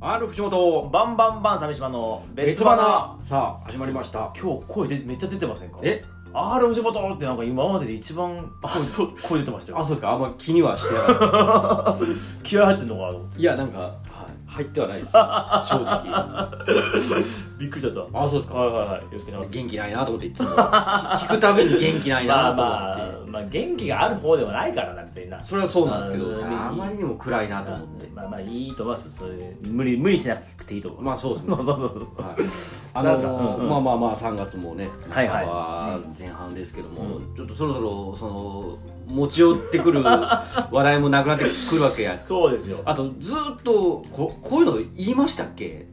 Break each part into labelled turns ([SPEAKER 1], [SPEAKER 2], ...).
[SPEAKER 1] R 藤本
[SPEAKER 2] バンバンバン鮫島の
[SPEAKER 1] 別
[SPEAKER 2] 別
[SPEAKER 1] 花
[SPEAKER 2] 花
[SPEAKER 1] さあ始まりました
[SPEAKER 2] 今日声でめっちゃ出てませんか
[SPEAKER 1] え
[SPEAKER 2] R 藤本ってなんか今までで一番声
[SPEAKER 1] そう
[SPEAKER 2] 声出てました
[SPEAKER 1] あ
[SPEAKER 2] よ
[SPEAKER 1] そうですかあんま気にはしてなかっ
[SPEAKER 2] 気合入ってんのかなと思って
[SPEAKER 1] た いやなんか入ってはないです正直
[SPEAKER 2] びっくりしちゃっ
[SPEAKER 1] あそうです
[SPEAKER 2] た
[SPEAKER 1] か
[SPEAKER 2] はいはいはいよろしくお願いします
[SPEAKER 1] 元気ないなと思っていつも 聞くたびに元気ない
[SPEAKER 2] ま
[SPEAKER 1] な
[SPEAKER 2] あ
[SPEAKER 1] と思
[SPEAKER 2] ま
[SPEAKER 1] って
[SPEAKER 2] あまあ元気がある方ではないからな別にな
[SPEAKER 1] それはそうなんですけど
[SPEAKER 2] あー
[SPEAKER 1] あまりにも暗いなと思って
[SPEAKER 2] まあまあいいと思いますそれ無理無理しなくていいと思い
[SPEAKER 1] ま
[SPEAKER 2] ま
[SPEAKER 1] あ
[SPEAKER 2] す
[SPEAKER 1] そうです
[SPEAKER 2] そ
[SPEAKER 1] ね
[SPEAKER 2] うそうそうそう
[SPEAKER 1] はいあ
[SPEAKER 2] なん
[SPEAKER 1] の
[SPEAKER 2] すかうんうん
[SPEAKER 1] まあまあまあ3月もね
[SPEAKER 2] はいは
[SPEAKER 1] 半
[SPEAKER 2] い
[SPEAKER 1] ば前半ですけども、ちょっとそろそろその持ち寄ってくる 話題もなくなってくるわけや
[SPEAKER 2] そうですよ
[SPEAKER 1] あとずーっとここういうの言いましたっけ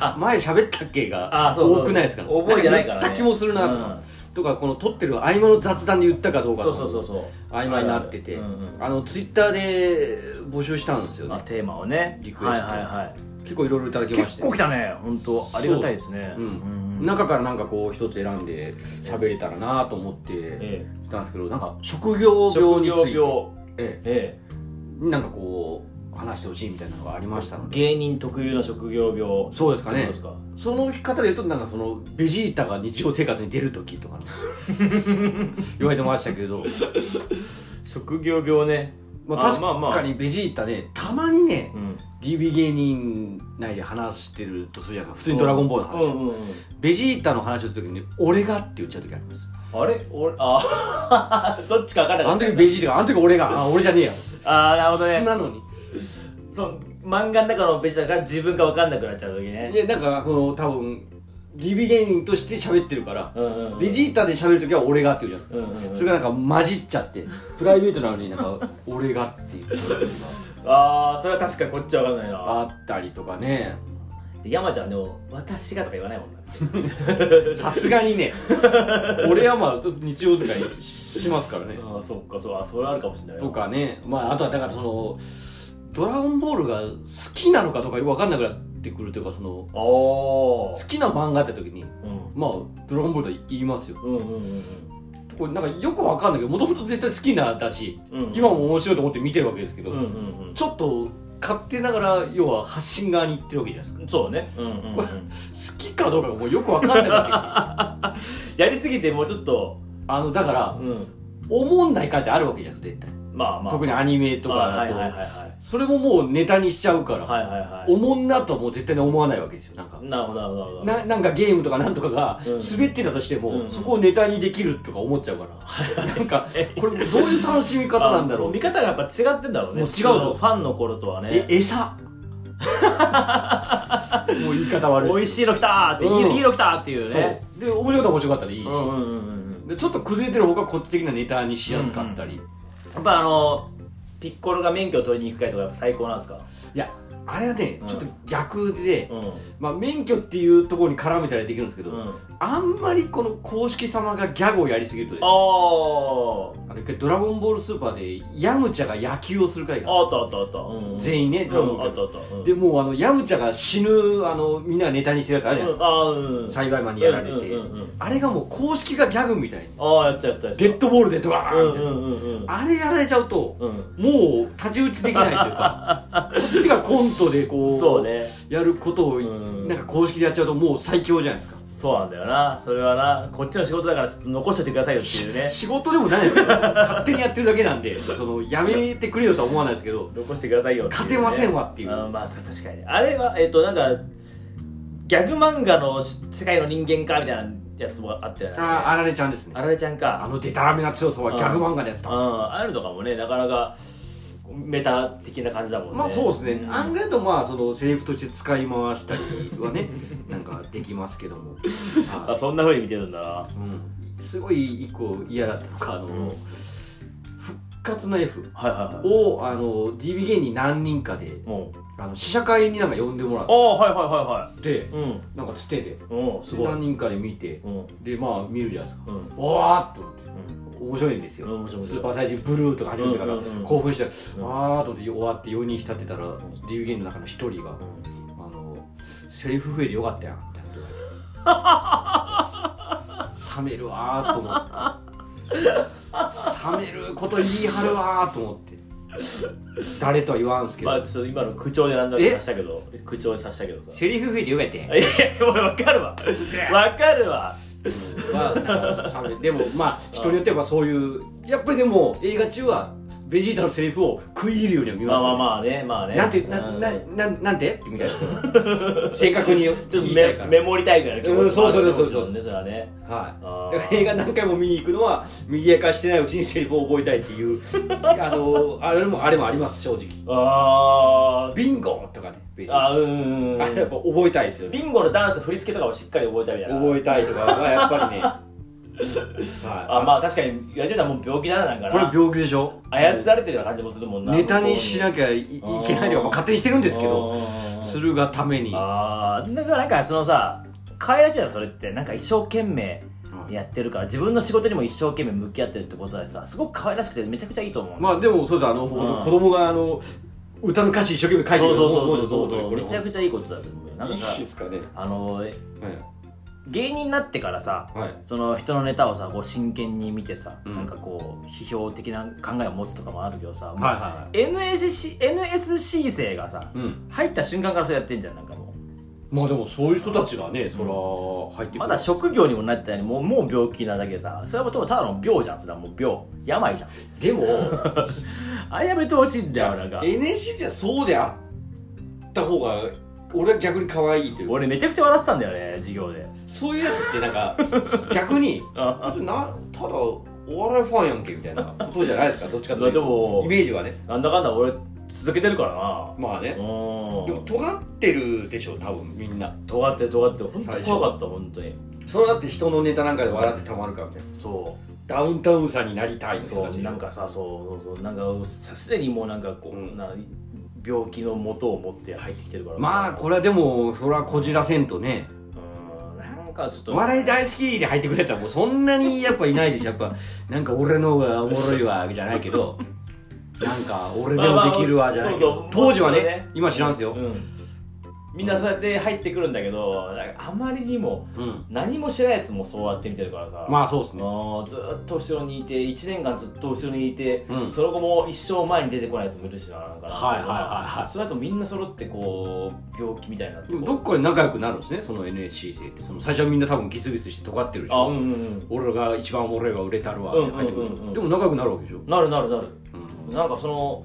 [SPEAKER 2] あ
[SPEAKER 1] 前喋ったっけが
[SPEAKER 2] あそうそうそう
[SPEAKER 1] 多くないですか
[SPEAKER 2] 覚えてないか
[SPEAKER 1] ん言っ
[SPEAKER 2] らね
[SPEAKER 1] た気もするなとか,、とかこの撮ってる合間の雑談で言ったかどうか
[SPEAKER 2] そうそうそうそう
[SPEAKER 1] 曖昧になっててあ
[SPEAKER 2] うんうん
[SPEAKER 1] のツイッターで募集したんですよ
[SPEAKER 2] まあ
[SPEAKER 1] ね
[SPEAKER 2] テーマをね
[SPEAKER 1] リクエスト
[SPEAKER 2] はいはいはい
[SPEAKER 1] 結構いろいろいただきまし
[SPEAKER 2] 結
[SPEAKER 1] て
[SPEAKER 2] 構来たね本当ありがたいですね
[SPEAKER 1] うん
[SPEAKER 2] うん
[SPEAKER 1] 中からなんかこう一つ選んで喋れたらなと思って
[SPEAKER 2] え
[SPEAKER 1] 来たんですけどなんか職業
[SPEAKER 2] え
[SPEAKER 1] 病
[SPEAKER 2] 職
[SPEAKER 1] に
[SPEAKER 2] 業
[SPEAKER 1] つい
[SPEAKER 2] 病
[SPEAKER 1] て、え
[SPEAKER 2] え
[SPEAKER 1] え、なんかこう話してほしいみたいなのがありました
[SPEAKER 2] え
[SPEAKER 1] ので
[SPEAKER 2] 芸人特有の職業病
[SPEAKER 1] そうですか
[SPEAKER 2] ど
[SPEAKER 1] ね
[SPEAKER 2] うですか
[SPEAKER 1] その方で言うとなんかそのベジータが日常生活に出る時とか の言われてましたけど、
[SPEAKER 2] 職業病ね
[SPEAKER 1] まあ、
[SPEAKER 2] あ
[SPEAKER 1] 確
[SPEAKER 2] まあまあ
[SPEAKER 1] かにベジータねたまにね
[SPEAKER 2] うん、
[SPEAKER 1] DB 芸人内で話してるとするじゃないですか普通に「ドラゴンボール」の話、
[SPEAKER 2] うんうんうん
[SPEAKER 1] ベジータの話をする時に「俺が」って言っちゃう時あります
[SPEAKER 2] あれ俺あ どっちか分からない
[SPEAKER 1] あの時ベジータが「あの時俺が」あ「俺じゃねえよ」
[SPEAKER 2] ああなるほど
[SPEAKER 1] 素
[SPEAKER 2] ね
[SPEAKER 1] なのに
[SPEAKER 2] その漫画の中のベジータが自分が分かんなくなっちゃう時ね
[SPEAKER 1] でなんかこの多分 DB 芸人として喋ってるから、
[SPEAKER 2] うんうんうん
[SPEAKER 1] ベジータで喋る時は「俺が」って言うじゃないですか、
[SPEAKER 2] うんうんうん
[SPEAKER 1] それがなんか混じっちゃってプライベートなのになんか「俺が」っていう
[SPEAKER 2] ああそれは確かにこっちは分かんないな
[SPEAKER 1] あったりとかね
[SPEAKER 2] で山ちゃんでも「私が」とか言わないもんな
[SPEAKER 1] さすがにね 俺はまあ日曜とかにしますからね
[SPEAKER 2] ああそっかそうあそれあるかもしれないな
[SPEAKER 1] とかねまああとはだからその「ドラゴンボール」が好きなのかとかよく分かんなくなってくるというかその
[SPEAKER 2] ああ
[SPEAKER 1] 好きな漫画って時に
[SPEAKER 2] うん
[SPEAKER 1] まあ「ドラゴンボール」と言いますよ
[SPEAKER 2] うんうんうん
[SPEAKER 1] これなんかよく分かんないけどもともと絶対好きなだし
[SPEAKER 2] うんうん
[SPEAKER 1] 今も面白いと思って見てるわけですけど、
[SPEAKER 2] うんうん
[SPEAKER 1] ちょっと勝手ながら要は発信側に行ってるわけじゃないですか
[SPEAKER 2] うんそうねうんうんうん
[SPEAKER 1] これ好きかどうかがもうよく分かんない わ
[SPEAKER 2] やりすぎてもうちょっと
[SPEAKER 1] けあのだから
[SPEAKER 2] うん
[SPEAKER 1] 思んない回ってあるわけじゃん絶対
[SPEAKER 2] まあまあ
[SPEAKER 1] 特にアニメとか
[SPEAKER 2] あはいはい
[SPEAKER 1] だ
[SPEAKER 2] は
[SPEAKER 1] と
[SPEAKER 2] いはい
[SPEAKER 1] それももうネタにしちゃうから、
[SPEAKER 2] はいはいはい
[SPEAKER 1] おもんなとはもう絶対に思わないわけですよなんか
[SPEAKER 2] なるほどなるほどなるほど
[SPEAKER 1] ななんかゲームとかなんとかが
[SPEAKER 2] うん
[SPEAKER 1] 滑ってたとしても、
[SPEAKER 2] うん
[SPEAKER 1] そこをネタにできるとか思っちゃうから、なんかこれどういう楽しみ方なんだろ
[SPEAKER 2] あ
[SPEAKER 1] う
[SPEAKER 2] 見方がやっぱ違ってんだろうね
[SPEAKER 1] もう違う
[SPEAKER 2] 普通のファンの頃とは
[SPEAKER 1] え
[SPEAKER 2] ね
[SPEAKER 1] 餌もう言い方悪い
[SPEAKER 2] 美味しいの来たーって、
[SPEAKER 1] うん
[SPEAKER 2] いいの来たーっていうね
[SPEAKER 1] そうで面白かったら面白かったでいいし、
[SPEAKER 2] うんうんうんうん
[SPEAKER 1] でちょっと崩れてる方がこっち的なネタにしやすかったり、
[SPEAKER 2] やっぱあのピッコロが免許を取りに行く回とかやっぱ最高なんですか
[SPEAKER 1] いやあれはね
[SPEAKER 2] うん
[SPEAKER 1] ちょっと逆で、
[SPEAKER 2] うん
[SPEAKER 1] まあ、免許っていうところに絡めたりできるんですけど、
[SPEAKER 2] うん
[SPEAKER 1] あんまりこの公式様がギャグをやりすぎるとですね
[SPEAKER 2] あ
[SPEAKER 1] あの一回ドラゴンボールスーパーでヤムチャが野球をする回
[SPEAKER 2] ー
[SPEAKER 1] が
[SPEAKER 2] あったあったあった、うんうん、
[SPEAKER 1] 全員ね
[SPEAKER 2] う
[SPEAKER 1] ドラゴン
[SPEAKER 2] ん
[SPEAKER 1] ボ
[SPEAKER 2] あ
[SPEAKER 1] ー
[SPEAKER 2] っ
[SPEAKER 1] ル
[SPEAKER 2] たあった、うん
[SPEAKER 1] でもうあのヤムチャが死ぬあのみんながネタにしてるやつあるじゃないで
[SPEAKER 2] うん、あーうんうん
[SPEAKER 1] すか、栽培マンにやられて、
[SPEAKER 2] うんうんうんうん
[SPEAKER 1] あれがもう公式がギャグみたいに
[SPEAKER 2] ああやってたやってたやって
[SPEAKER 1] デ
[SPEAKER 2] た
[SPEAKER 1] ッドボールでドワーンみ
[SPEAKER 2] う
[SPEAKER 1] たい
[SPEAKER 2] ん
[SPEAKER 1] な、
[SPEAKER 2] うんうんうん
[SPEAKER 1] あれやられちゃうと
[SPEAKER 2] うん
[SPEAKER 1] もう太刀打ちできないというか こっちがコントでこう
[SPEAKER 2] そうね
[SPEAKER 1] やることを
[SPEAKER 2] ん
[SPEAKER 1] なんか公式でやっちゃうともう最強じゃないですか
[SPEAKER 2] そうなんだよなそれはなこっちの仕事だからちょっと残しといてくださいよっていうね
[SPEAKER 1] 仕事でもないですけど勝手にやってるだけなんでそのやめてくれよとは思わないですけど
[SPEAKER 2] 残してくださいよっていうね
[SPEAKER 1] 勝てませんわっていう
[SPEAKER 2] あーまあ確かにあれはえっ、となんかギャグ漫画の世界の人間かみたいなやつもあったよね
[SPEAKER 1] ああられちゃんですね
[SPEAKER 2] あられちゃん
[SPEAKER 1] あ
[SPEAKER 2] か
[SPEAKER 1] のデタラメな強さはギャグ漫画のやつ
[SPEAKER 2] う
[SPEAKER 1] だ
[SPEAKER 2] んああいうのとかもねなかなかメタ的な感じだもんね
[SPEAKER 1] まあそうですね、
[SPEAKER 2] ん
[SPEAKER 1] アングレードまあそのセリフとして使い回したりはねなんかできますけども、
[SPEAKER 2] あ
[SPEAKER 1] は
[SPEAKER 2] そんなふうに見てるんだない
[SPEAKER 1] うん、すごい一個嫌だったのがあの、
[SPEAKER 2] うん
[SPEAKER 1] 復活の F
[SPEAKER 2] はいはいはい
[SPEAKER 1] をあの DB 芸人何人かで
[SPEAKER 2] うん
[SPEAKER 1] あの試写会になんか呼んでもら
[SPEAKER 2] ああはいはいは
[SPEAKER 1] って
[SPEAKER 2] いはいうん
[SPEAKER 1] なんかつてで
[SPEAKER 2] うんすごい
[SPEAKER 1] 何人かで見て
[SPEAKER 2] うん
[SPEAKER 1] でまあ見るじゃないですか
[SPEAKER 2] うん
[SPEAKER 1] わーっと思って
[SPEAKER 2] うん
[SPEAKER 1] 面白いんですよ、
[SPEAKER 2] うん面白い面白い
[SPEAKER 1] スーパーサイズブルーとか初めてから
[SPEAKER 2] うんうんうん
[SPEAKER 1] 興奮して、
[SPEAKER 2] うん
[SPEAKER 1] わーっと思って終わって4人仕立てたら DB 芸人の中の1人が「あのセリフ増えでよかったやん」みたいなこと言われて冷めるわーと思って冷めること言い張るわーと思って誰とは言わんすけど、
[SPEAKER 2] まあちょっと今の口調で何だかさしたけど口調でさしたけどさ
[SPEAKER 1] セリフ吹いてよかったやん
[SPEAKER 2] いやいやもう分かる わ分かるわ
[SPEAKER 1] はなんか喋るでもまあ人によってはそういうやっぱりでも映画中はベジータのセリフを食い入るようには見
[SPEAKER 2] ま
[SPEAKER 1] ま
[SPEAKER 2] あ
[SPEAKER 1] すよ
[SPEAKER 2] まあまあねまあね
[SPEAKER 1] なんて
[SPEAKER 2] う
[SPEAKER 1] ななななんてみたいな正確に言
[SPEAKER 2] ちょっと
[SPEAKER 1] いたいか
[SPEAKER 2] メメ
[SPEAKER 1] ら
[SPEAKER 2] モりたいぐらいの気
[SPEAKER 1] う
[SPEAKER 2] 持
[SPEAKER 1] ん
[SPEAKER 2] ちも
[SPEAKER 1] そ
[SPEAKER 2] あ
[SPEAKER 1] うそう
[SPEAKER 2] る
[SPEAKER 1] そう
[SPEAKER 2] ね
[SPEAKER 1] そう
[SPEAKER 2] もちろんねそれはね
[SPEAKER 1] は
[SPEAKER 2] あ
[SPEAKER 1] い、だか
[SPEAKER 2] ー
[SPEAKER 1] ら映画何回も見に行くのはミディア化してないうちにセリフを覚えたいっていうあのあれもあれもあります正直
[SPEAKER 2] あー
[SPEAKER 1] ビンゴとかねベジータ
[SPEAKER 2] あーうんうんうん
[SPEAKER 1] あれやっぱ覚えたいですよね
[SPEAKER 2] ビンゴのダンス振り付けとかもしっかり覚えたみたいな
[SPEAKER 1] 覚えたいとかはやっぱ りねはい
[SPEAKER 2] あまあ確かにやってたらもう病気だななんかな
[SPEAKER 1] これ病気でしょ
[SPEAKER 2] 操られてるような感じもするもんな
[SPEAKER 1] ネタにしな
[SPEAKER 2] き
[SPEAKER 1] きゃいいけないとかまあ勝手にしてるんですけどするがために
[SPEAKER 2] あーだからなんかそのさ可愛らしいなそれってなんか一生懸命やってるから自分の仕事にも一生懸命向き合ってるってことでさすごく可愛らしくてめちゃくちゃいいと思う
[SPEAKER 1] まあでもそうですあの
[SPEAKER 2] ん
[SPEAKER 1] 子供があの歌の歌詞一生懸命書いてる
[SPEAKER 2] そうそう
[SPEAKER 1] も
[SPEAKER 2] そう
[SPEAKER 1] も
[SPEAKER 2] そうそう
[SPEAKER 1] もこれ
[SPEAKER 2] めちゃくちゃいいことだと思うよなん
[SPEAKER 1] い
[SPEAKER 2] か
[SPEAKER 1] い
[SPEAKER 2] さ
[SPEAKER 1] ですかね
[SPEAKER 2] あの芸人になってからさ
[SPEAKER 1] はいはい
[SPEAKER 2] その人のネタをさこう真剣に見てさ、
[SPEAKER 1] うん
[SPEAKER 2] なんかこう批評的な考えを持つとかもあるけどさ、
[SPEAKER 1] はいは
[SPEAKER 2] NSC, NSC 生がさ、
[SPEAKER 1] うん
[SPEAKER 2] 入った瞬間からそれやってんじゃんなんかも
[SPEAKER 1] まあでもそういう人たちがねそら入ってく
[SPEAKER 2] うま
[SPEAKER 1] る
[SPEAKER 2] だ職業にもなってないのにもうもう病気なだけでさそれはもうただの病じゃんそれはもう病病じゃん
[SPEAKER 1] で も
[SPEAKER 2] あれやめてほしいんだよなんか
[SPEAKER 1] NSC じゃそうであった方が俺は逆に可愛いというか
[SPEAKER 2] 俺めちゃくちゃ笑ってたんだよね授業で
[SPEAKER 1] そういうやつってなんか 逆に
[SPEAKER 2] あ
[SPEAKER 1] これなただお笑いファンやんけみたいなことじゃないですかどっちかという
[SPEAKER 2] で
[SPEAKER 1] と
[SPEAKER 2] も
[SPEAKER 1] イメージはね
[SPEAKER 2] なんだかんだ俺続けてるからな
[SPEAKER 1] まあね
[SPEAKER 2] う
[SPEAKER 1] でも
[SPEAKER 2] ん
[SPEAKER 1] 尖ってるでしょ多分みんな
[SPEAKER 2] 尖ってる尖ってる本当怖かった本当に
[SPEAKER 1] それだって人のネタなんかで笑ってたまるかみたいな
[SPEAKER 2] そう
[SPEAKER 1] ダウンタウンさんになりたい人
[SPEAKER 2] そ
[SPEAKER 1] た
[SPEAKER 2] う
[SPEAKER 1] ち
[SPEAKER 2] なんかさそうそうそうなんかさすでにもうなんかこう、
[SPEAKER 1] うん
[SPEAKER 2] な病気の元を持って入ってきてるから
[SPEAKER 1] まあこれはでもそれはこじらせんとね
[SPEAKER 2] うんなんかちょっと
[SPEAKER 1] 笑い大好きで入ってくれたらもうそんなにやっぱいないでしょやっぱ なんか俺の方がおもろいわじゃないけ どなんか俺でもできるわじゃないけ
[SPEAKER 2] まあま
[SPEAKER 1] ど
[SPEAKER 2] あそうそう
[SPEAKER 1] 当時は
[SPEAKER 2] そうね
[SPEAKER 1] ね今知らんすよ
[SPEAKER 2] うんみんなそうやって入ってくるんだけどなんかあまりにも
[SPEAKER 1] うん
[SPEAKER 2] 何も知らないやつもそうやって見てるからさ
[SPEAKER 1] まあそうっす
[SPEAKER 2] あ
[SPEAKER 1] ね
[SPEAKER 2] のーずーっと後ろにいて1年間ずっと後ろにいて、
[SPEAKER 1] うん
[SPEAKER 2] その後も一生前に出てこないやつもいるしななんか
[SPEAKER 1] はいはいはいはい
[SPEAKER 2] そういうやつもみんな揃ってこう病気みたいになって
[SPEAKER 1] で
[SPEAKER 2] こう
[SPEAKER 1] もどっかで仲良くなるんですねその NSC 生ってその最初はみんな多分ギスギスして尖ってるでし
[SPEAKER 2] あ
[SPEAKER 1] ょ
[SPEAKER 2] うんうんうん
[SPEAKER 1] 俺らが一番おもろいは売れたるわ
[SPEAKER 2] うんうんうん
[SPEAKER 1] 入ってくるでし
[SPEAKER 2] うん
[SPEAKER 1] ょでも仲良くなるわけでしょ
[SPEAKER 2] なるなるなる
[SPEAKER 1] うん
[SPEAKER 2] なんかその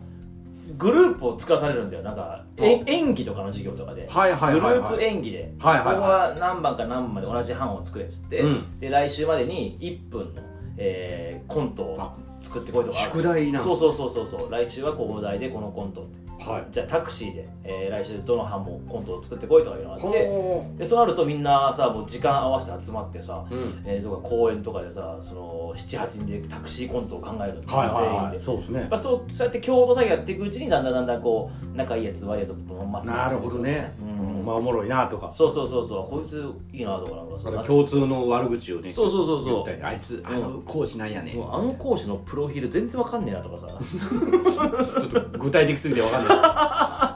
[SPEAKER 2] グループをつかされるんだよなんかえ演技とかの授業とかで、
[SPEAKER 1] はいはいはい
[SPEAKER 2] グルー
[SPEAKER 1] は
[SPEAKER 2] プ
[SPEAKER 1] い
[SPEAKER 2] 演技で、
[SPEAKER 1] はいはいはい
[SPEAKER 2] ここは何番か何番まで同じ班を作れっつって、
[SPEAKER 1] うん
[SPEAKER 2] で来週までに1分の、えーコントを
[SPEAKER 1] あ
[SPEAKER 2] 作ってこいとかある
[SPEAKER 1] 宿題なの
[SPEAKER 2] そうそうそうそうそう来週はここ題でこのコントって
[SPEAKER 1] はい
[SPEAKER 2] じゃあタクシーで、えー来週どの班もコントを作ってこいとかいうのがあって
[SPEAKER 1] ほ
[SPEAKER 2] でそうなるとみんなさもう時間合わせて集まってさ
[SPEAKER 1] ううん
[SPEAKER 2] えー、とか公園とかでさその78人でタクシーコントを考えるの
[SPEAKER 1] はいはい
[SPEAKER 2] 全員
[SPEAKER 1] は
[SPEAKER 2] で
[SPEAKER 1] いそうです
[SPEAKER 2] や
[SPEAKER 1] ね
[SPEAKER 2] っぱそうそうやって共同作業やっていくうちにだんだんだんだんこう仲いいやつ悪いやつもま
[SPEAKER 1] なるほどね
[SPEAKER 2] うん
[SPEAKER 1] まあおもろいなとか
[SPEAKER 2] そうそうそうそうこいついいなとかなんか
[SPEAKER 1] あ
[SPEAKER 2] そう
[SPEAKER 1] と共通の悪口をね
[SPEAKER 2] そうそうそう
[SPEAKER 1] 言
[SPEAKER 2] そ
[SPEAKER 1] ったりあいつ
[SPEAKER 2] ん
[SPEAKER 1] あの講師なんやね
[SPEAKER 2] うもうあの講師のプロフィール全然わかんねえなとかさ
[SPEAKER 1] ちょっと具体的すぎてわかんない プ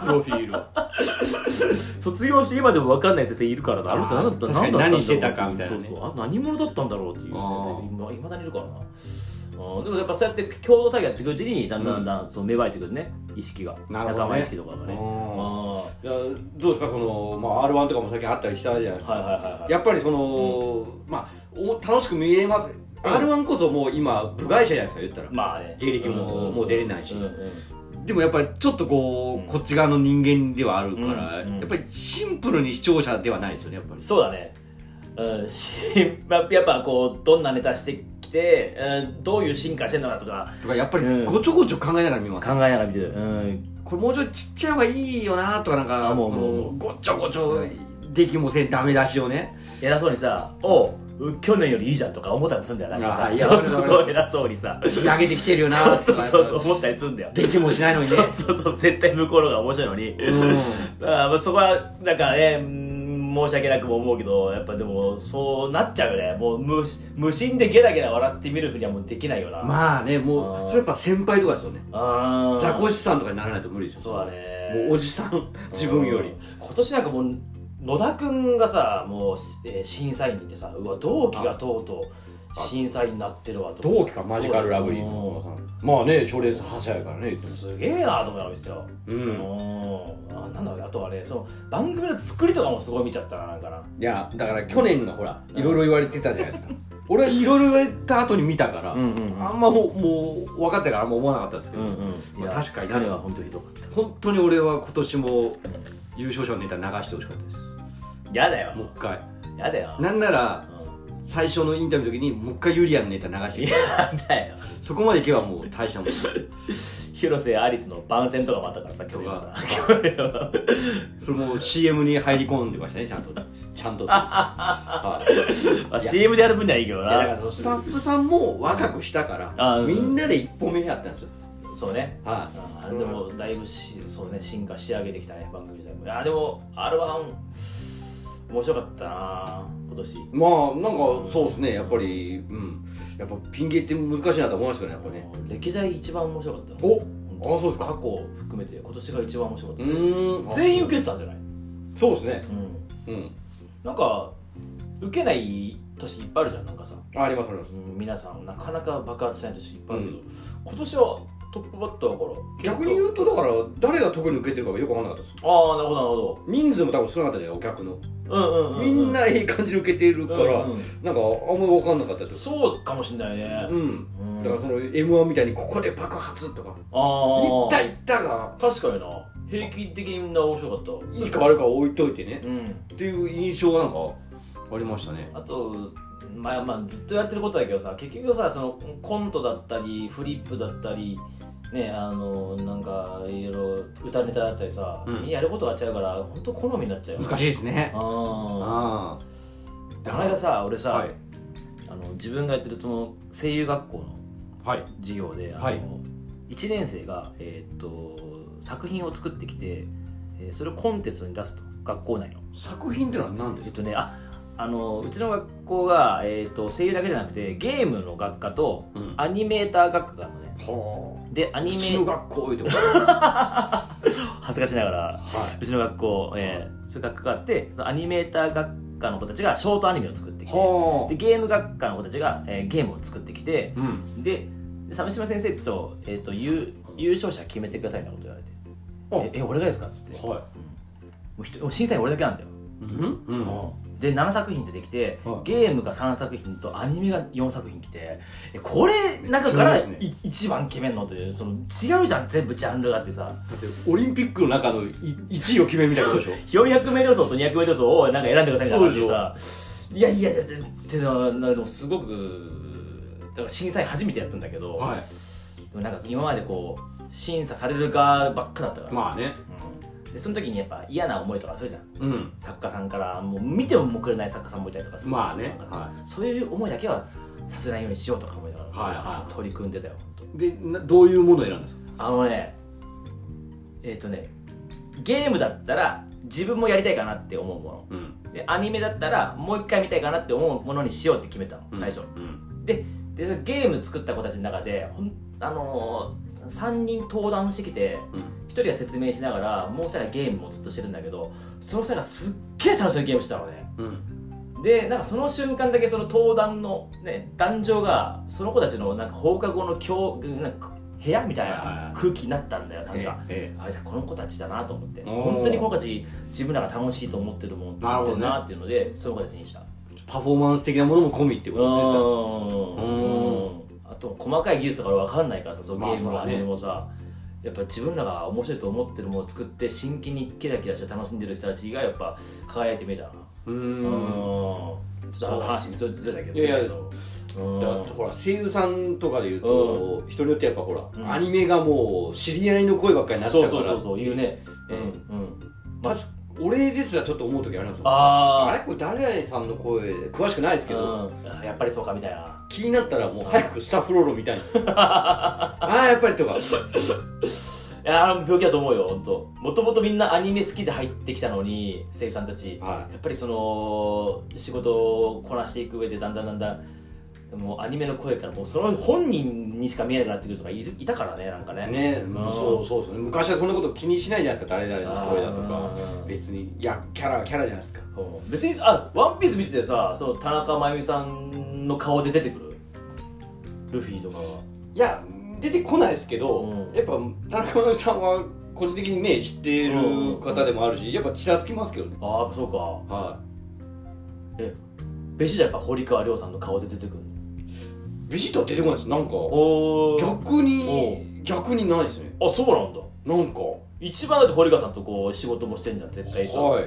[SPEAKER 1] ロフィールは
[SPEAKER 2] 卒業して今でもわかんない先生いるからなあの人何だった
[SPEAKER 1] 確かに
[SPEAKER 2] 何だったんだろう
[SPEAKER 1] 何してたかみたいなね
[SPEAKER 2] そうそうあ何者だったんだろうっていう先
[SPEAKER 1] あー
[SPEAKER 2] 生いまだにいるからなうんでもやっぱそうやって共同作業やっていくうちにだんだんだんだんそう芽生えてくるね意識が
[SPEAKER 1] なるほどね
[SPEAKER 2] 仲間意識とかがね
[SPEAKER 1] うん
[SPEAKER 2] あ
[SPEAKER 1] いやどうですかそのまあ R1 とかも最近あったりしたじゃないで
[SPEAKER 2] ー
[SPEAKER 1] す
[SPEAKER 2] はい
[SPEAKER 1] か
[SPEAKER 2] はいはいはい
[SPEAKER 1] やっぱりそのまあお楽しく見えます R1 こそもう今部外者じゃないですか言ったら
[SPEAKER 2] まあね
[SPEAKER 1] 芸歴ももう出れないし
[SPEAKER 2] うんうん
[SPEAKER 1] でもやっぱりちょっとこ
[SPEAKER 2] うん
[SPEAKER 1] うこっち側の人間ではあるから
[SPEAKER 2] うんうん
[SPEAKER 1] やっぱりシンプルに視聴者ではないですよねやっぱり
[SPEAKER 2] そうだね、うん、し まやっぱこうどんなネタしてきて、うん、どういう進化してんのかとか
[SPEAKER 1] とかやっぱ
[SPEAKER 2] うん
[SPEAKER 1] りごちょごちょ考えながら見ます
[SPEAKER 2] 考えながら見てる、うん、
[SPEAKER 1] これもうちょいちっちゃい方がいいよなとかなん
[SPEAKER 2] あ
[SPEAKER 1] か
[SPEAKER 2] もうもうも
[SPEAKER 1] このごちょごちょできもせんダメ出しをね
[SPEAKER 2] 偉そうにさ「おう去年よりいいじゃん」とか思ったりするんだよなんか
[SPEAKER 1] あ
[SPEAKER 2] さ
[SPEAKER 1] ーいや
[SPEAKER 2] そうそう
[SPEAKER 1] わ
[SPEAKER 2] そ
[SPEAKER 1] か
[SPEAKER 2] う偉そうにさ
[SPEAKER 1] 上げてきてるよな
[SPEAKER 2] そ
[SPEAKER 1] と
[SPEAKER 2] う
[SPEAKER 1] か
[SPEAKER 2] そうそう思ったりするんだよ
[SPEAKER 1] できもしないのにね
[SPEAKER 2] そうそうそう絶対向こうの方が面白いのに、
[SPEAKER 1] う
[SPEAKER 2] あーまあそこはなんかねうん申し訳なくも思うけどやっぱでもそうなっちゃうよねもう無無心でゲラゲラ笑って見るふうにはもうできないよな、
[SPEAKER 1] まあね
[SPEAKER 2] あー
[SPEAKER 1] もうそれやっぱ先輩とかですよね
[SPEAKER 2] あー
[SPEAKER 1] ザコシさんとかにならないと無理です
[SPEAKER 2] そ
[SPEAKER 1] よ
[SPEAKER 2] うだね
[SPEAKER 1] もうおじさん自分より
[SPEAKER 2] 今年なんかもう野田君がさもう、えー審査員にいてさうわ同期がとうとう
[SPEAKER 1] あ
[SPEAKER 2] 審査員になってるわと
[SPEAKER 1] 同期かマジカルラブリーの小川さんまあね賞レース覇者やからね言っても
[SPEAKER 2] すげえなと思ったんですよ
[SPEAKER 1] う
[SPEAKER 2] うんんあなんだろうあとはねその番組の作りとかもすごい見ちゃったななんかない
[SPEAKER 1] やだから去年がほらいろいろ言われてたじゃないですか俺はいろいろ言われた後に見たから、
[SPEAKER 2] んうん
[SPEAKER 1] あんまほもう分かってからあんま思わなかったんですけ
[SPEAKER 2] う
[SPEAKER 1] ど、
[SPEAKER 2] んうん、いや
[SPEAKER 1] まあ確かに
[SPEAKER 2] 彼は本当にひどかった
[SPEAKER 1] 本当に俺は今年も優勝者のネタ流してほしかったです
[SPEAKER 2] やだよ
[SPEAKER 1] もう一回
[SPEAKER 2] やだよ
[SPEAKER 1] なんなら
[SPEAKER 2] うん
[SPEAKER 1] 最初のインタビューの時にもう一回ユリアのネタ流して
[SPEAKER 2] い
[SPEAKER 1] き
[SPEAKER 2] や
[SPEAKER 1] て
[SPEAKER 2] だよ
[SPEAKER 1] そこまでいけばもう大したもんです
[SPEAKER 2] 広瀬アリスの番宣とかもあったからさ今日はさ
[SPEAKER 1] それも CM に入り込んでましたねちゃんとちゃんと、はい、いや
[SPEAKER 2] まあ CM でやる分にはいいけど
[SPEAKER 1] だか
[SPEAKER 2] な
[SPEAKER 1] らそのスタッフさんも若くしたか
[SPEAKER 2] あ
[SPEAKER 1] ら
[SPEAKER 2] うん
[SPEAKER 1] みんなで一歩目にあったんですよ
[SPEAKER 2] そうね
[SPEAKER 1] はい、
[SPEAKER 2] あーでもだいぶしそうね進化仕上げてきたね番組自体もいやーでも R−1 面白かったな今年
[SPEAKER 1] まあなんかそうですねやっぱりうんやっぱピン芸って難しいなと思いますけどねやっぱね
[SPEAKER 2] 歴代一番面白かったの
[SPEAKER 1] お
[SPEAKER 2] 本当
[SPEAKER 1] あそうですか
[SPEAKER 2] 過去含めて今年が一番面白かった
[SPEAKER 1] う
[SPEAKER 2] です
[SPEAKER 1] ーん
[SPEAKER 2] 全員受けてたんじゃない、
[SPEAKER 1] そうですね
[SPEAKER 2] うん、
[SPEAKER 1] うん
[SPEAKER 2] なんか受けない年いっぱいあるじゃんなんかさ、
[SPEAKER 1] あありますありま
[SPEAKER 2] うん皆さんなかなか爆発しない年いっぱいあるけど、
[SPEAKER 1] う
[SPEAKER 2] 今年はトップバッターだから
[SPEAKER 1] す逆に言うとだから誰が特に受けてるかがよく分からなかったです
[SPEAKER 2] ああなるほどなるほど
[SPEAKER 1] 人数も多分少なかったじゃないお客の
[SPEAKER 2] うんうんうん、う
[SPEAKER 1] みんないい感じで受けてるから、
[SPEAKER 2] うんうん
[SPEAKER 1] なんかあんまり分かんなかったです
[SPEAKER 2] そうかもしんないね、
[SPEAKER 1] うん
[SPEAKER 2] うん
[SPEAKER 1] だからその m 1みたいにここで爆発とか
[SPEAKER 2] あ
[SPEAKER 1] いっ
[SPEAKER 2] あ
[SPEAKER 1] たいったが
[SPEAKER 2] 確かにな平均的にみんな面白かった
[SPEAKER 1] いいか悪いかは置いといてね
[SPEAKER 2] うん
[SPEAKER 1] っていう印象はなんかありましたね
[SPEAKER 2] あとまあまあずっとやってることだけどさ結局さそのコントだったりフリップだったりねあのなんかいろいろ歌ネタだったりさ、
[SPEAKER 1] うん
[SPEAKER 2] やることが違うから本当好みになっちゃうよ
[SPEAKER 1] 難しいですね
[SPEAKER 2] あ
[SPEAKER 1] あ
[SPEAKER 2] あこの間さ俺
[SPEAKER 1] あ
[SPEAKER 2] さ、
[SPEAKER 1] はい
[SPEAKER 2] あの自分がやってるその声優学校の
[SPEAKER 1] はい
[SPEAKER 2] 授業で、あの
[SPEAKER 1] はい
[SPEAKER 2] 1年生が、えーっと作品を作ってきて、えーそれをコンテストに出すと学校内の
[SPEAKER 1] 作品ってのは何で
[SPEAKER 2] えっ
[SPEAKER 1] すか
[SPEAKER 2] とねああのうちの学校が、えー、と声優だけじゃなくてゲームの学科と
[SPEAKER 1] うん
[SPEAKER 2] アニメーター学科があるのね
[SPEAKER 1] は
[SPEAKER 2] でアニ
[SPEAKER 1] あ
[SPEAKER 2] メ
[SPEAKER 1] 中学校いうてこと
[SPEAKER 2] 恥ずかしながら
[SPEAKER 1] は
[SPEAKER 2] うちの学校、えーそういう学科があってそのアニメーター学科の子たちがショートアニメを作ってきて
[SPEAKER 1] は
[SPEAKER 2] でゲーム学科の子たちが、えーゲームを作ってきて
[SPEAKER 1] あうん
[SPEAKER 2] でで鮫島先生と,、えー、と優優勝者決めてくださいみたいなこと言われて
[SPEAKER 1] あ
[SPEAKER 2] 「ええ俺がですか?」っつっても
[SPEAKER 1] は
[SPEAKER 2] う一人もう審査員俺だけなんだよ
[SPEAKER 1] いうんうん
[SPEAKER 2] で7作品出てきて、
[SPEAKER 1] はい
[SPEAKER 2] ゲームが3作品とアニメが4作品来てえこれ中から
[SPEAKER 1] めっ
[SPEAKER 2] い
[SPEAKER 1] ちゃ多いで
[SPEAKER 2] 一番決めんのというその違うじゃん全部ジャンルがあってさ
[SPEAKER 1] だってオリンピックの中のい1位を決めるみたいなことでし
[SPEAKER 2] 400m 走と 200m 走をなんか選んでくださいみたいな話でさ
[SPEAKER 1] そ
[SPEAKER 2] いやいやいやってななでもすごくだから審査員初めてやったんだけど、
[SPEAKER 1] ょは
[SPEAKER 2] でもなんか今までこう審査される側ばっかだったから
[SPEAKER 1] い
[SPEAKER 2] さ、
[SPEAKER 1] まあね
[SPEAKER 2] うんでその時にやっぱ嫌な思いとかするじゃん
[SPEAKER 1] うん
[SPEAKER 2] 作家さんからもう見てもくれない作家さんもいたりとかさ
[SPEAKER 1] まあね
[SPEAKER 2] なんか
[SPEAKER 1] は
[SPEAKER 2] そういう思いだけはさせないようにしようとか思いながら、
[SPEAKER 1] はいはい
[SPEAKER 2] 取り組んでたよ本
[SPEAKER 1] でなどういうものを選んだんですか
[SPEAKER 2] 当あのねえっ、とねゲームだったら自分もやりたいかなって思うも
[SPEAKER 1] うん
[SPEAKER 2] のでアニメだったらもう一回見たいかなって思うものにしようって決めたの最初、
[SPEAKER 1] うん
[SPEAKER 2] ででそのゲーム作った子たちの中でほんあのー、3人登壇してきて
[SPEAKER 1] うん
[SPEAKER 2] 1人が説明しながらもう2人はゲームをずっとしてるんだけどその2人がすっげえ楽しいゲームしてたのね
[SPEAKER 1] うん
[SPEAKER 2] でなんかその瞬間だけその登壇の、ね、壇上がその子たちのなんか放課後の教なんか部屋みたい
[SPEAKER 1] はいはいは
[SPEAKER 2] ない空気になったんだよなんか、
[SPEAKER 1] ええ
[SPEAKER 2] あじゃあこの子たちだなと思って
[SPEAKER 1] おー
[SPEAKER 2] 本当にこの子たち自分らが楽しいと思ってるものを作ってるなっていうので、その子たちにした
[SPEAKER 1] パフォーマンス的なものも込みって
[SPEAKER 2] う
[SPEAKER 1] ことですね
[SPEAKER 2] ーんあと細かい技術とか分かんないからさそのゲームも
[SPEAKER 1] まあ
[SPEAKER 2] あ
[SPEAKER 1] そうだね
[SPEAKER 2] れもさ、やっぱ自分らが面白いと思ってるものを作って真剣にキラキラして楽しんでる人たちがやっぱ輝いてみたな
[SPEAKER 1] う
[SPEAKER 2] うんんちょっと話ずれずれだけど。
[SPEAKER 1] いやいや
[SPEAKER 2] ずれだけどうん
[SPEAKER 1] だってほら声優さんとかで言うと人によってやっぱほら、アニメがもう知り合いの声ばっかりになっちゃ
[SPEAKER 2] そう
[SPEAKER 1] うか
[SPEAKER 2] そ
[SPEAKER 1] ら
[SPEAKER 2] うそうそう言うね。
[SPEAKER 1] うん
[SPEAKER 2] うん。
[SPEAKER 1] 確か俺ですらちょっと思う時ありますよ
[SPEAKER 2] あー
[SPEAKER 1] あれこれ誰さんの声詳しくないですけど、
[SPEAKER 2] うん。やっぱりそうかみたいな。
[SPEAKER 1] 気になったらもう早くスタッフロールみ たいにああやっぱりとか
[SPEAKER 2] いやー病気だと思うよ本当。もともとみんなアニメ好きで入ってきたのに声優さんたち。
[SPEAKER 1] は
[SPEAKER 2] やっぱりその仕事をこなしていく上でだんだんだんだんもうアニメの声からもうその本人にしか見えなくなってくるとかいるいたからねなんかね。
[SPEAKER 1] いね
[SPEAKER 2] ん
[SPEAKER 1] そうそうそう昔はそんなこと気にしないじゃないですか誰々の声だと
[SPEAKER 2] あ
[SPEAKER 1] か
[SPEAKER 2] ー
[SPEAKER 1] 別にいやキャラはキャラじゃないですか
[SPEAKER 2] うん別にさあワンピース見ててさその田中真由美さんの顔で出てくるルフィとかは。
[SPEAKER 1] いや出てこないですけど、
[SPEAKER 2] うん
[SPEAKER 1] やっぱ田中さんは個人的にね知ってる方でもあるし、やっぱちらつきますけどね
[SPEAKER 2] ああ、そうか。
[SPEAKER 1] は
[SPEAKER 2] ベシじゃやっぱ堀川亮さんの顔で出てくる
[SPEAKER 1] いビシッとは出てこないですなんか
[SPEAKER 2] おー
[SPEAKER 1] 逆に逆にないですね
[SPEAKER 2] あ、そうなんだ。
[SPEAKER 1] なんか
[SPEAKER 2] 一番だって堀川さんとこう仕事もしてんじゃん、絶対さ。
[SPEAKER 1] はい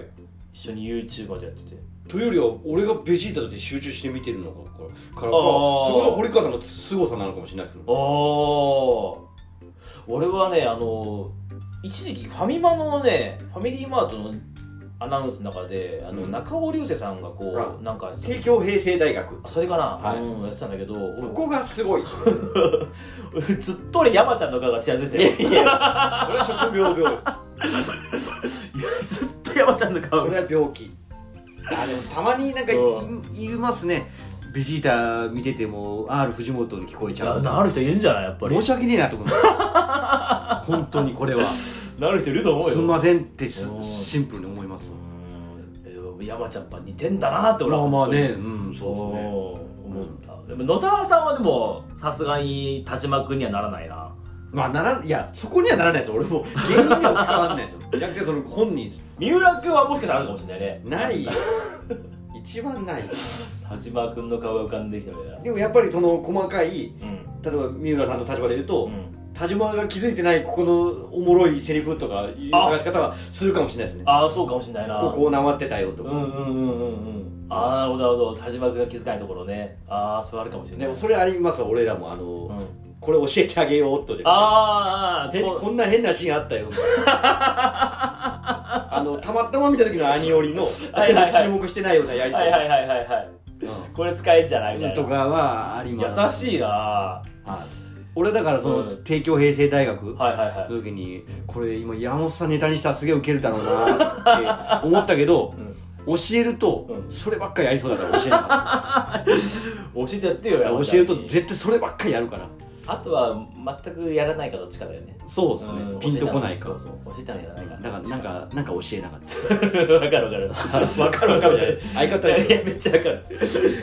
[SPEAKER 2] 一緒に YouTuber でやってて。
[SPEAKER 1] というよりは俺がベジータだって集中して見てるのかからからかそ
[SPEAKER 2] あー
[SPEAKER 1] こが堀川さんの凄さなのかもしれないですけ
[SPEAKER 2] あ
[SPEAKER 1] ど
[SPEAKER 2] あ俺はねあの一時期ファミマのねファミリーマートのアナウンスの中であの、
[SPEAKER 1] うん
[SPEAKER 2] 中尾隆星さんがこうなんか
[SPEAKER 1] 帝京平成大学
[SPEAKER 2] それかな、
[SPEAKER 1] はい
[SPEAKER 2] うん、やってたんだけど俺
[SPEAKER 1] ここがすごいい
[SPEAKER 2] ずっと俺山ちゃんの顔がちらついて
[SPEAKER 1] や
[SPEAKER 2] る
[SPEAKER 1] いやそれは職業病
[SPEAKER 2] ずっと山ちゃんの顔
[SPEAKER 1] そ
[SPEAKER 2] が
[SPEAKER 1] れは病気あでもたまになんかい,、
[SPEAKER 2] う
[SPEAKER 1] いますねベジータ見てても R 藤本に聞こえちゃ
[SPEAKER 2] な
[SPEAKER 1] う
[SPEAKER 2] なる人いるんじゃないやっぱり
[SPEAKER 1] 申し訳ねえなと思う 本当にこれはす
[SPEAKER 2] なる人いると思うよ
[SPEAKER 1] んませんってす
[SPEAKER 2] うん
[SPEAKER 1] シンプルに思います
[SPEAKER 2] うんえー山ちゃんやっぱ似てんだなって俺
[SPEAKER 1] ま
[SPEAKER 2] は
[SPEAKER 1] あまあね
[SPEAKER 2] 本
[SPEAKER 1] うん
[SPEAKER 2] 当
[SPEAKER 1] そうで
[SPEAKER 2] に
[SPEAKER 1] すね
[SPEAKER 2] そう思った、でも野沢さんはでもさすがに田島君にはならないな
[SPEAKER 1] まあならいやそこにはならないです俺も芸人には関わらないです よ逆にその本人です
[SPEAKER 2] 三浦君はもしかしたらあるかもしれないね
[SPEAKER 1] ないよ一番ない
[SPEAKER 2] 田島君の顔が浮かんできたみたいな
[SPEAKER 1] でもやっぱりその細かい
[SPEAKER 2] うん
[SPEAKER 1] 例えば三浦さんの立場で言うと、
[SPEAKER 2] うん
[SPEAKER 1] 田島が気づいてないここのおもろいセリフとかいう探し方はするかもしれないですね
[SPEAKER 2] ああそうかもしれないな
[SPEAKER 1] こここうなまってたよと
[SPEAKER 2] う
[SPEAKER 1] か、
[SPEAKER 2] んうんうんうんうんああなるほどなるほど田島君が気づかないところねああそれあるかもしれな
[SPEAKER 1] で
[SPEAKER 2] い
[SPEAKER 1] もそれありますわ俺らもあの、
[SPEAKER 2] うん
[SPEAKER 1] これ教えてあげようとじゃなくて
[SPEAKER 2] あーあー
[SPEAKER 1] へ
[SPEAKER 2] こ
[SPEAKER 1] こんな変なシーンあったよ あのたまたま見た時の兄折の
[SPEAKER 2] はいはいはい
[SPEAKER 1] 注目してないようなやりと
[SPEAKER 2] はい
[SPEAKER 1] り、
[SPEAKER 2] はいはいはいはいこれ使えんじゃないみたい
[SPEAKER 1] うんと
[SPEAKER 2] な
[SPEAKER 1] かはあります
[SPEAKER 2] 優しいな
[SPEAKER 1] はい俺だからその
[SPEAKER 2] うん
[SPEAKER 1] 帝京平成大学
[SPEAKER 2] はいはいはい
[SPEAKER 1] の時にこれ今山本さんネタにしたらすげえウケるだろうなって思ったけど
[SPEAKER 2] う
[SPEAKER 1] 教
[SPEAKER 2] ん
[SPEAKER 1] えると
[SPEAKER 2] うん
[SPEAKER 1] そればっかりやりそうだから教えなか
[SPEAKER 2] 教えてやってよ
[SPEAKER 1] った
[SPEAKER 2] 山
[SPEAKER 1] 教
[SPEAKER 2] ちゃ
[SPEAKER 1] え
[SPEAKER 2] ん
[SPEAKER 1] る
[SPEAKER 2] に
[SPEAKER 1] と絶対そればっかりやるから
[SPEAKER 2] あとは全くやらないかどっちかだよね
[SPEAKER 1] そうですね
[SPEAKER 2] うん
[SPEAKER 1] ピンとこないか
[SPEAKER 2] そうそう教えてあげられないか
[SPEAKER 1] だからなんかなんか教えなかった
[SPEAKER 2] わかるわ かる。わかるわかるじゃない。
[SPEAKER 1] 相方
[SPEAKER 2] いやい
[SPEAKER 1] で
[SPEAKER 2] やめっちゃわかる、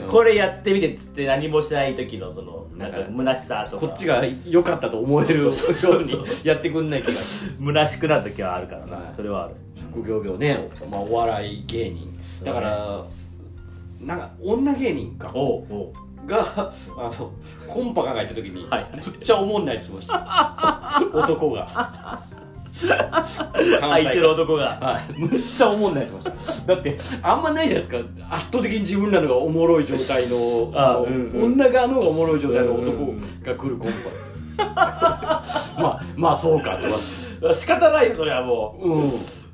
[SPEAKER 2] これやってみてっつって何もしない時のそのなんか
[SPEAKER 1] なんか
[SPEAKER 2] 虚しさとか
[SPEAKER 1] こっちが良かったと思えるよう
[SPEAKER 2] そうそうそう
[SPEAKER 1] にやってくんない気がする
[SPEAKER 2] 虚しくなる時はあるからな、
[SPEAKER 1] はい
[SPEAKER 2] それはある
[SPEAKER 1] 職業病ね、まあ、お笑い芸人だからなんか女芸人か
[SPEAKER 2] おうおう
[SPEAKER 1] があのコンパ考えた時に、
[SPEAKER 2] はいはい
[SPEAKER 1] めっちゃおもんないって言ってました男が
[SPEAKER 2] 相手の男が
[SPEAKER 1] はい、むっちゃおもんないって言ってましただってあんまないじゃないですか圧倒的に自分らのがおもろい状態の
[SPEAKER 2] あ
[SPEAKER 1] その
[SPEAKER 2] うんうん
[SPEAKER 1] 女側の方がおもろい状態の
[SPEAKER 2] うんう
[SPEAKER 1] 男
[SPEAKER 2] ん
[SPEAKER 1] が来るコンパ まあまあそうかとか
[SPEAKER 2] 仕方ないよそれはも
[SPEAKER 1] うん
[SPEAKER 2] う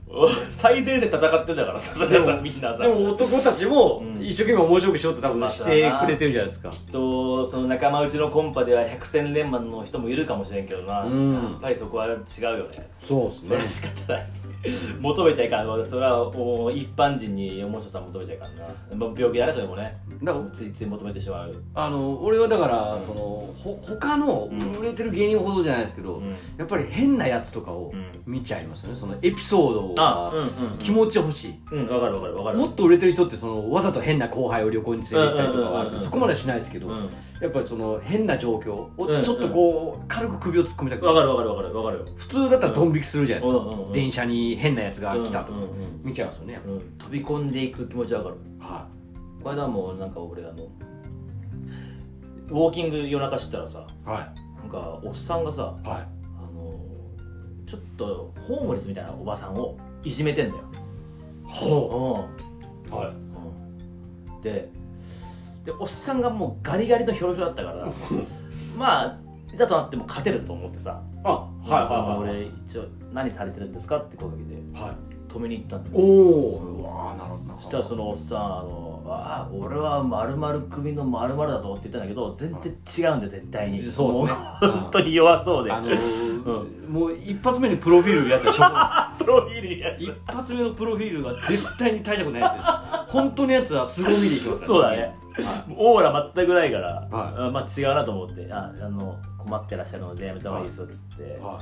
[SPEAKER 2] お最前線戦ってんだからさそれはさみんなさ
[SPEAKER 1] でも男たちも
[SPEAKER 2] うん
[SPEAKER 1] 一生懸命面白くしようって多分してくれてるじゃないですか、
[SPEAKER 2] とその仲間内のコンパでは百戦錬磨の人もいるかもしれんけどな、
[SPEAKER 1] うん
[SPEAKER 2] やっぱりそこは違うよね
[SPEAKER 1] そうで
[SPEAKER 2] それは仕方ない 求めちゃいかんそれはもう一般人に面白さ求めちゃいかんなまあ病気だねそれもね
[SPEAKER 1] だから
[SPEAKER 2] ついつい求めてしまう、
[SPEAKER 1] あの俺はだからそのほ他の
[SPEAKER 2] うん
[SPEAKER 1] 売れてる芸人ほどじゃないですけど、
[SPEAKER 2] うん
[SPEAKER 1] やっぱり変なやつとかを
[SPEAKER 2] うん
[SPEAKER 1] 見ちゃいますよねそのエピソード
[SPEAKER 2] あうん
[SPEAKER 1] が
[SPEAKER 2] うんうん
[SPEAKER 1] 気持ち欲しい、
[SPEAKER 2] うんわかるわかるわかる
[SPEAKER 1] もっと売れてる人ってそのわざと変な後輩を旅行に連れて行ったりとかはある
[SPEAKER 2] うんうんうんうん
[SPEAKER 1] そこまではしないですけど、
[SPEAKER 2] うん
[SPEAKER 1] やっぱりその変な状況
[SPEAKER 2] うんう
[SPEAKER 1] を
[SPEAKER 2] ん
[SPEAKER 1] ちょっとこう軽く首を突っ込みたくな
[SPEAKER 2] わ
[SPEAKER 1] る
[SPEAKER 2] かるわかるわかるわかるよ
[SPEAKER 1] 普通だったらドン引きするじゃないですか、
[SPEAKER 2] うんうんうん
[SPEAKER 1] 電車に変なやつが来たとか、
[SPEAKER 2] うんうん
[SPEAKER 1] 見ちゃいますよね、
[SPEAKER 2] うんうん飛び込んでいく気持ちわかる
[SPEAKER 1] は
[SPEAKER 2] これだもうなんか俺あのウォーキング夜中してたらさ
[SPEAKER 1] いはい
[SPEAKER 2] なんかおっさんがさ
[SPEAKER 1] はい
[SPEAKER 2] あのちょっとホームレスみたいなおばさんをいじめてんだよ
[SPEAKER 1] ほ
[SPEAKER 2] うん
[SPEAKER 1] うは
[SPEAKER 2] うんででおっさんがもうガリガリのひょろひょろだっ たからまあいざとなっても勝てると思ってさ
[SPEAKER 1] あはいはいはい
[SPEAKER 2] 俺一応何されてるんですかって声かけて
[SPEAKER 1] はい
[SPEAKER 2] 止めに行ったんだ
[SPEAKER 1] おおうわーなるほどな
[SPEAKER 2] そしたらそのおっさんあのああ俺は丸々組の丸々だぞって言ったんだけど全然違うんで絶対に
[SPEAKER 1] そうですね
[SPEAKER 2] も本当に弱そう で
[SPEAKER 1] あのーもう一発目にプロフィールやつはしょうが
[SPEAKER 2] プロフィールや
[SPEAKER 1] ない一発目のプロフィールが絶対に大したことないやつです本当のやつは凄みでいきますから
[SPEAKER 2] そうだねオーラ全くないから、
[SPEAKER 1] は
[SPEAKER 2] あまあ違うなと思ってああの困ってらっしゃるのでやめた方がいいですよっつって、
[SPEAKER 1] は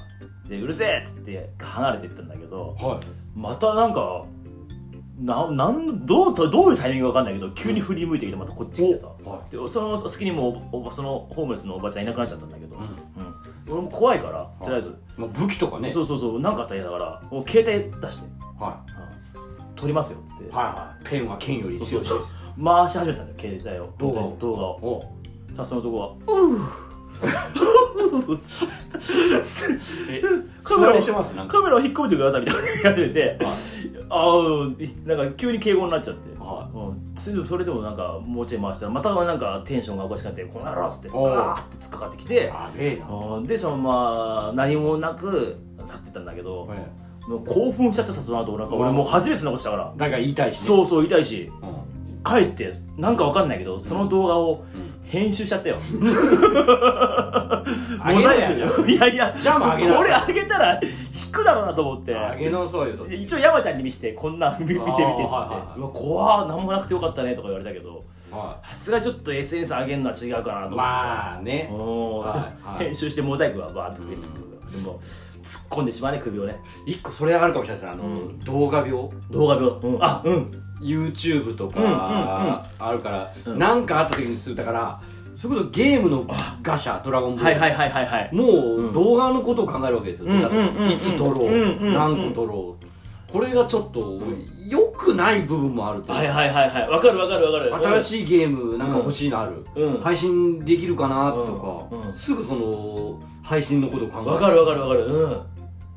[SPEAKER 2] でうるせえっつって離れていったんだけど
[SPEAKER 1] いは
[SPEAKER 2] またなんかななんどうどういうタイミングか分かんないけど急に振り向いてきてまたこっち来てさ、
[SPEAKER 1] は
[SPEAKER 2] でその先にもうおばそのホームレスのおばちゃんいなくなっちゃったんだけど、
[SPEAKER 1] う
[SPEAKER 2] うんん俺も怖いから
[SPEAKER 1] い
[SPEAKER 2] とりあえず、
[SPEAKER 1] まあ、武器とかね
[SPEAKER 2] そうそうそうなんかあったら嫌だからもう携帯出して
[SPEAKER 1] は
[SPEAKER 2] 「撮りますよ」っつって
[SPEAKER 1] い、はいはいペンは剣より強し
[SPEAKER 2] そう回し始めたんだよ携帯を
[SPEAKER 1] 動画を
[SPEAKER 2] 動画を
[SPEAKER 1] お
[SPEAKER 2] さあその男は「うう
[SPEAKER 1] え
[SPEAKER 2] カ
[SPEAKER 1] 吸
[SPEAKER 2] メラ
[SPEAKER 1] わ
[SPEAKER 2] を
[SPEAKER 1] れてますなんか
[SPEAKER 2] カメラを引っ込めてください」みたいなこと言い始めて
[SPEAKER 1] はい
[SPEAKER 2] ああなんか急に敬語になっちゃって、
[SPEAKER 1] は
[SPEAKER 2] うん、つそれでもなんかもうちょい回したらまたなんかテンションがおかしくなって「この野郎」っつってバ
[SPEAKER 1] おう
[SPEAKER 2] ーって突っかかってきて
[SPEAKER 1] やべえな
[SPEAKER 2] うんでそのまま何もなく去ってったんだけど、
[SPEAKER 1] え
[SPEAKER 2] もう興奮しちゃってさその後なんか俺もう初めてそんなことしたから
[SPEAKER 1] えだから言いたいし、ね、
[SPEAKER 2] そうそう痛いし
[SPEAKER 1] うん、
[SPEAKER 2] 帰ってなんかわかんないけどその動画を編集しちゃったよ、モザイクじゃ んいやいや
[SPEAKER 1] じゃあもうあげなさい
[SPEAKER 2] これあげたら引くだろうなと思って
[SPEAKER 1] あげのそういうと
[SPEAKER 2] 一応山ちゃんに見せてこんなん見見て見てっつって、
[SPEAKER 1] はいはいはいう
[SPEAKER 2] わ怖っ何もなくてよかったねとか言われたけど
[SPEAKER 1] は
[SPEAKER 2] さすがにちょっと SNS 上げるのは違うかなと思っ
[SPEAKER 1] い
[SPEAKER 2] て
[SPEAKER 1] まあね
[SPEAKER 2] おー
[SPEAKER 1] はいはい
[SPEAKER 2] 編集してモザイクがバーッと出てくるから、でも突っ込んでしまうね首をね
[SPEAKER 1] 一個それあるかもしれないですねあの、動画病
[SPEAKER 2] 動画病、うん、あうん
[SPEAKER 1] YouTube とか、
[SPEAKER 2] うんうんうん
[SPEAKER 1] あるから、なんかあった時にするだからそれこそゲームのガシャドラゴンボー
[SPEAKER 2] は
[SPEAKER 1] ル、
[SPEAKER 2] いはいはいはいはい
[SPEAKER 1] もう動画のことを考えるわけですよ、
[SPEAKER 2] うんうんうんうん
[SPEAKER 1] いつ撮ろう,、
[SPEAKER 2] うんうんうん
[SPEAKER 1] 何個撮ろうこれがちょっと良くない部分もあると、
[SPEAKER 2] はいはいはいはいわかるわかるわかる
[SPEAKER 1] 新しいゲームなんか欲しいのある、
[SPEAKER 2] うん
[SPEAKER 1] 配信できるかなとか、
[SPEAKER 2] うんうん
[SPEAKER 1] すぐその配信のことを考え
[SPEAKER 2] わかるわかるわかるうん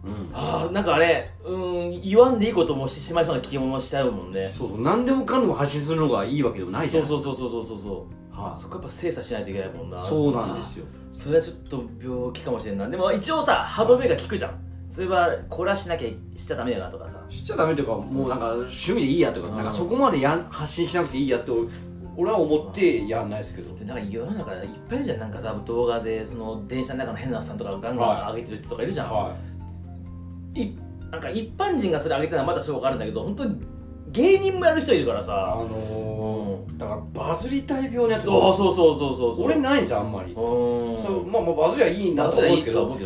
[SPEAKER 1] うん、
[SPEAKER 2] あーなんかあれうん言わんでいいこともしてしまいそうな気もしちゃうもんね
[SPEAKER 1] そうそう何でもかんでも発信するのがいいわけでもないじ
[SPEAKER 2] そ
[SPEAKER 1] ゃ
[SPEAKER 2] うんそうそうそうそうそうそう
[SPEAKER 1] は
[SPEAKER 2] そこやっぱ精査しないといけないもんない
[SPEAKER 1] そうなんですよ
[SPEAKER 2] それはちょっと病気かもしれんないでも一応さ歯止めが効くじゃんそれはこれはしなきゃしちゃダメだなとかさ
[SPEAKER 1] しちゃダメというかもうなんか趣味でいいやとか,、
[SPEAKER 2] うん
[SPEAKER 1] なんかそこまでやん発信しなくていいやって俺俺は思ってやんないですけど
[SPEAKER 2] でなんか世の中いっぱいいるじゃんなんかさ動画でその電車の中の変なおっさんとかガンガン上げてる人とかいるじゃん、、
[SPEAKER 1] はい
[SPEAKER 2] なんか一般人がそれ上げてるのはまだしょうがあるんだけど本当に芸人もやる人いるから
[SPEAKER 1] いあ
[SPEAKER 2] さ
[SPEAKER 1] のー、だからバズりたい病のやつ
[SPEAKER 2] そうそうそうそうそうそう
[SPEAKER 1] 俺ないんですよあんまり、
[SPEAKER 2] うん
[SPEAKER 1] そうまあまあバズりゃいいな
[SPEAKER 2] な
[SPEAKER 1] と
[SPEAKER 2] そ
[SPEAKER 1] 思
[SPEAKER 2] れ
[SPEAKER 1] うん
[SPEAKER 2] い
[SPEAKER 1] ですけ
[SPEAKER 2] いとは
[SPEAKER 1] ど
[SPEAKER 2] 思うけ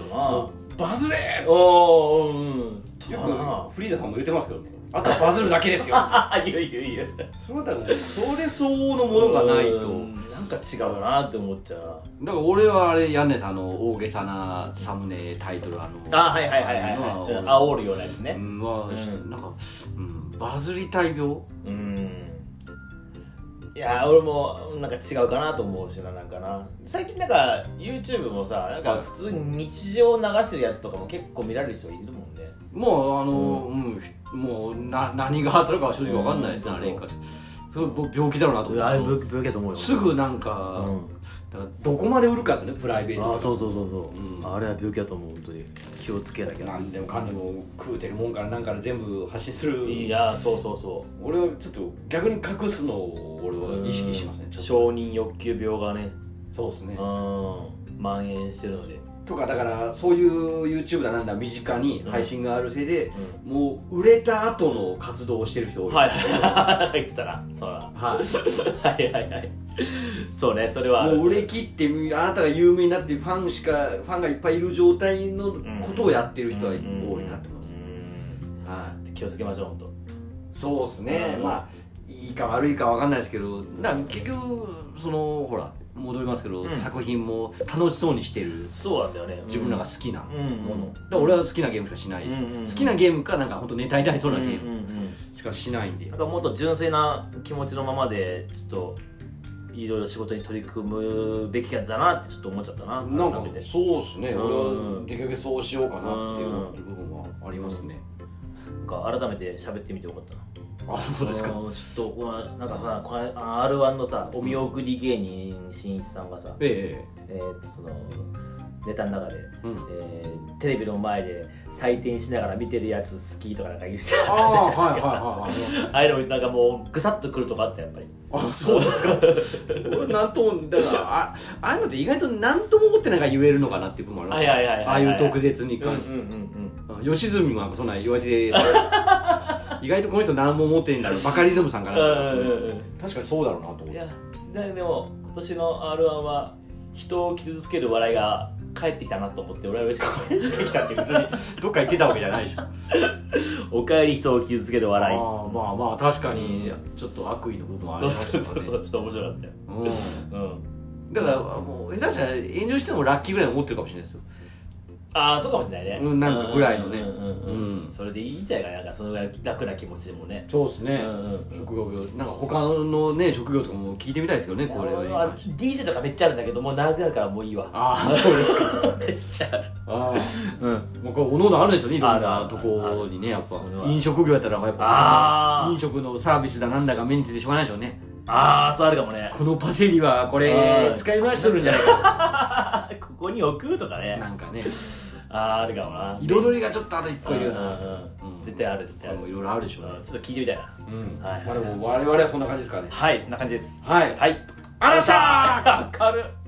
[SPEAKER 2] どな
[SPEAKER 1] バズれー
[SPEAKER 2] おーうんうん
[SPEAKER 1] よ
[SPEAKER 2] だな
[SPEAKER 1] くフリーダさんも言ってますけどねあとはバズるだけ ですよ
[SPEAKER 2] ああ言う言う言う
[SPEAKER 1] それだからそれ相応のものがないと
[SPEAKER 2] うんなんか違うなって思っちゃう
[SPEAKER 1] だから俺はあれやんねんさんあの大げさなサムネタイトルあの
[SPEAKER 2] あはいはいはいはい、
[SPEAKER 1] あの
[SPEAKER 2] はい、
[SPEAKER 1] は
[SPEAKER 2] 煽るようなやつ
[SPEAKER 1] う
[SPEAKER 2] ね
[SPEAKER 1] んまあ
[SPEAKER 2] うん
[SPEAKER 1] なんか、うん、バズりたい病
[SPEAKER 2] うんいや俺もなんか違うかなと思うしななんかな最近なんか YouTube もさなんか普通に日常流してるやつとかも結構見られる人いるもんね
[SPEAKER 1] もうあの、うんもうな何が当たるかは正直わかんないですね、
[SPEAKER 2] うん
[SPEAKER 1] あ
[SPEAKER 2] そう
[SPEAKER 1] れ
[SPEAKER 2] そう
[SPEAKER 1] に関してすごい僕病気だろうなと思って
[SPEAKER 2] 病気だと思うよ
[SPEAKER 1] すぐなんか,、だからどこまで売るかですよねプライベート
[SPEAKER 2] そうそうそうそうあれは病気だと思う本当に気をつけなき
[SPEAKER 1] 何でもかんでも食うてるもんからなんから全部発信する
[SPEAKER 2] いやそうそうそ
[SPEAKER 1] 俺はちょっと逆に隠すのを俺
[SPEAKER 2] う
[SPEAKER 1] は意識しますね
[SPEAKER 2] うん
[SPEAKER 1] ちょっと
[SPEAKER 2] 承認欲求病がね
[SPEAKER 1] そうですね
[SPEAKER 2] うん蔓延してるので
[SPEAKER 1] とかだからそういう YouTube だなんだ身近に配信があるせいで、
[SPEAKER 2] う
[SPEAKER 1] もう売れた後の活動をしてる人多い、
[SPEAKER 2] はい はいはい言ってたなそうだな
[SPEAKER 1] はい
[SPEAKER 2] はいはいはいそうねそれはある
[SPEAKER 1] もう売れ切ってあなたが有名になってファンしかファンがいっぱいいる状態のことをやってる人は多いなって思います、
[SPEAKER 2] うん
[SPEAKER 1] はい、
[SPEAKER 2] 気をつけましょう本当
[SPEAKER 1] そうですね、
[SPEAKER 2] うん
[SPEAKER 1] まあいいか悪いかわかんないですけどだから結局そのほら戻りますけど、
[SPEAKER 2] うん
[SPEAKER 1] 作品も楽しそうにしてる
[SPEAKER 2] そうなんだよね
[SPEAKER 1] 自分らが好きな
[SPEAKER 2] うん
[SPEAKER 1] もの、だから俺は好きなゲームしかしないし、
[SPEAKER 2] うんうん
[SPEAKER 1] 好きなゲームかなんか本当ネタになりそうなゲ
[SPEAKER 2] うん
[SPEAKER 1] ー
[SPEAKER 2] うんうん
[SPEAKER 1] ムしかしないんで、
[SPEAKER 2] なんかもっと純粋な気持ちのままでちょっといろいろ仕事に取り組むべきだなってちょっと思っちゃったな
[SPEAKER 1] なんか
[SPEAKER 2] 改めて
[SPEAKER 1] そうですね、
[SPEAKER 2] うん
[SPEAKER 1] 俺はできるだけそうしようかなって思ってる部分はありますね、
[SPEAKER 2] なんか改めて喋ってみてよかったな
[SPEAKER 1] あそうですか、
[SPEAKER 2] あのちょっとこのなんかさこの r 1のさお見送り芸人しんいちさんがさ、
[SPEAKER 1] ええ
[SPEAKER 2] えーっとそのネタの中で、
[SPEAKER 1] うん
[SPEAKER 2] えーテレビの前で採点しながら見てるやつ好きとかなんか言う人
[SPEAKER 1] ああはいはいはい
[SPEAKER 2] ああいうのもなんかもうぐさっとくるとこあったやっぱり
[SPEAKER 1] はいあそうですか俺なんともだからあああいうのって意外と何とも思ってなんか言えるのかなっていう部分もある
[SPEAKER 2] はいはいはいはい
[SPEAKER 1] ああいう特別に関して、
[SPEAKER 2] うんうんうん
[SPEAKER 1] あ吉住もなんかそんなん言われて意外とこの人何も思ってんだろうバカリズムさんかな
[SPEAKER 2] うんうんうんう
[SPEAKER 1] 確かにそうだろうなと思
[SPEAKER 2] ん
[SPEAKER 1] っ
[SPEAKER 2] い
[SPEAKER 1] て
[SPEAKER 2] やだでも今年の r 1は人を傷つける笑いが帰ってきたなと思って俺は嬉しかった
[SPEAKER 1] 出てきたって別にどっか行ってたわけじゃ ないでしょ
[SPEAKER 2] おかえり人を傷つける
[SPEAKER 1] あ
[SPEAKER 2] 笑い
[SPEAKER 1] ーまあまあ確かにちょっと悪意の部分はあり
[SPEAKER 2] そう
[SPEAKER 1] ま
[SPEAKER 2] そ
[SPEAKER 1] し
[SPEAKER 2] う
[SPEAKER 1] た
[SPEAKER 2] そ
[SPEAKER 1] か
[SPEAKER 2] う
[SPEAKER 1] らね
[SPEAKER 2] そうちょっと面白かったよ
[SPEAKER 1] うん
[SPEAKER 2] うん
[SPEAKER 1] だからもう下手したら炎上してもラッキーぐらい思ってるかもしれないですよ
[SPEAKER 2] ああそうかもしれないね
[SPEAKER 1] うんなんかぐらいのね
[SPEAKER 2] うんうんうん
[SPEAKER 1] うん
[SPEAKER 2] それでいいんじゃないかななんかそのぐらい楽な気持ちでもね
[SPEAKER 1] そうです
[SPEAKER 2] う
[SPEAKER 1] ね
[SPEAKER 2] んうん
[SPEAKER 1] 職業病なんか他のね職業とかも聞いてみたいですけどねこれ
[SPEAKER 2] 俺は
[SPEAKER 1] は
[SPEAKER 2] DJ とかめっちゃあるんだけどもう長くなるからもういいわ
[SPEAKER 1] ああそうですか
[SPEAKER 2] めっちゃある
[SPEAKER 1] あ
[SPEAKER 2] うん
[SPEAKER 1] あもうこれおののあるんですよねいろん
[SPEAKER 2] あるあ
[SPEAKER 1] な
[SPEAKER 2] る
[SPEAKER 1] とこにねやっぱ
[SPEAKER 2] それは
[SPEAKER 1] 飲食業やったらやっ
[SPEAKER 2] あ
[SPEAKER 1] ぱ
[SPEAKER 2] ー
[SPEAKER 1] 飲食のサービスだなんだか目についてしょうがないでしょうね
[SPEAKER 2] ああそうあるかもね
[SPEAKER 1] このパセリはこれ
[SPEAKER 2] あー
[SPEAKER 1] 使い回しとるんじゃないか
[SPEAKER 2] ここに置くとかね
[SPEAKER 1] なんかね
[SPEAKER 2] あああるかもな
[SPEAKER 1] 彩りがちょっとあと一個いるよう
[SPEAKER 2] うん
[SPEAKER 1] な
[SPEAKER 2] うんう
[SPEAKER 1] うん
[SPEAKER 2] ん絶対ある絶
[SPEAKER 1] こ
[SPEAKER 2] 対あ
[SPEAKER 1] れ
[SPEAKER 2] る
[SPEAKER 1] もいろいろあるでしょうね
[SPEAKER 2] うんちょっと聞いてみたいな
[SPEAKER 1] うん
[SPEAKER 2] はい
[SPEAKER 1] まあでも我々はそんな感じですからね
[SPEAKER 2] はいそんな感じです
[SPEAKER 1] はい
[SPEAKER 2] はい
[SPEAKER 1] あらっしゃー
[SPEAKER 2] 明るっ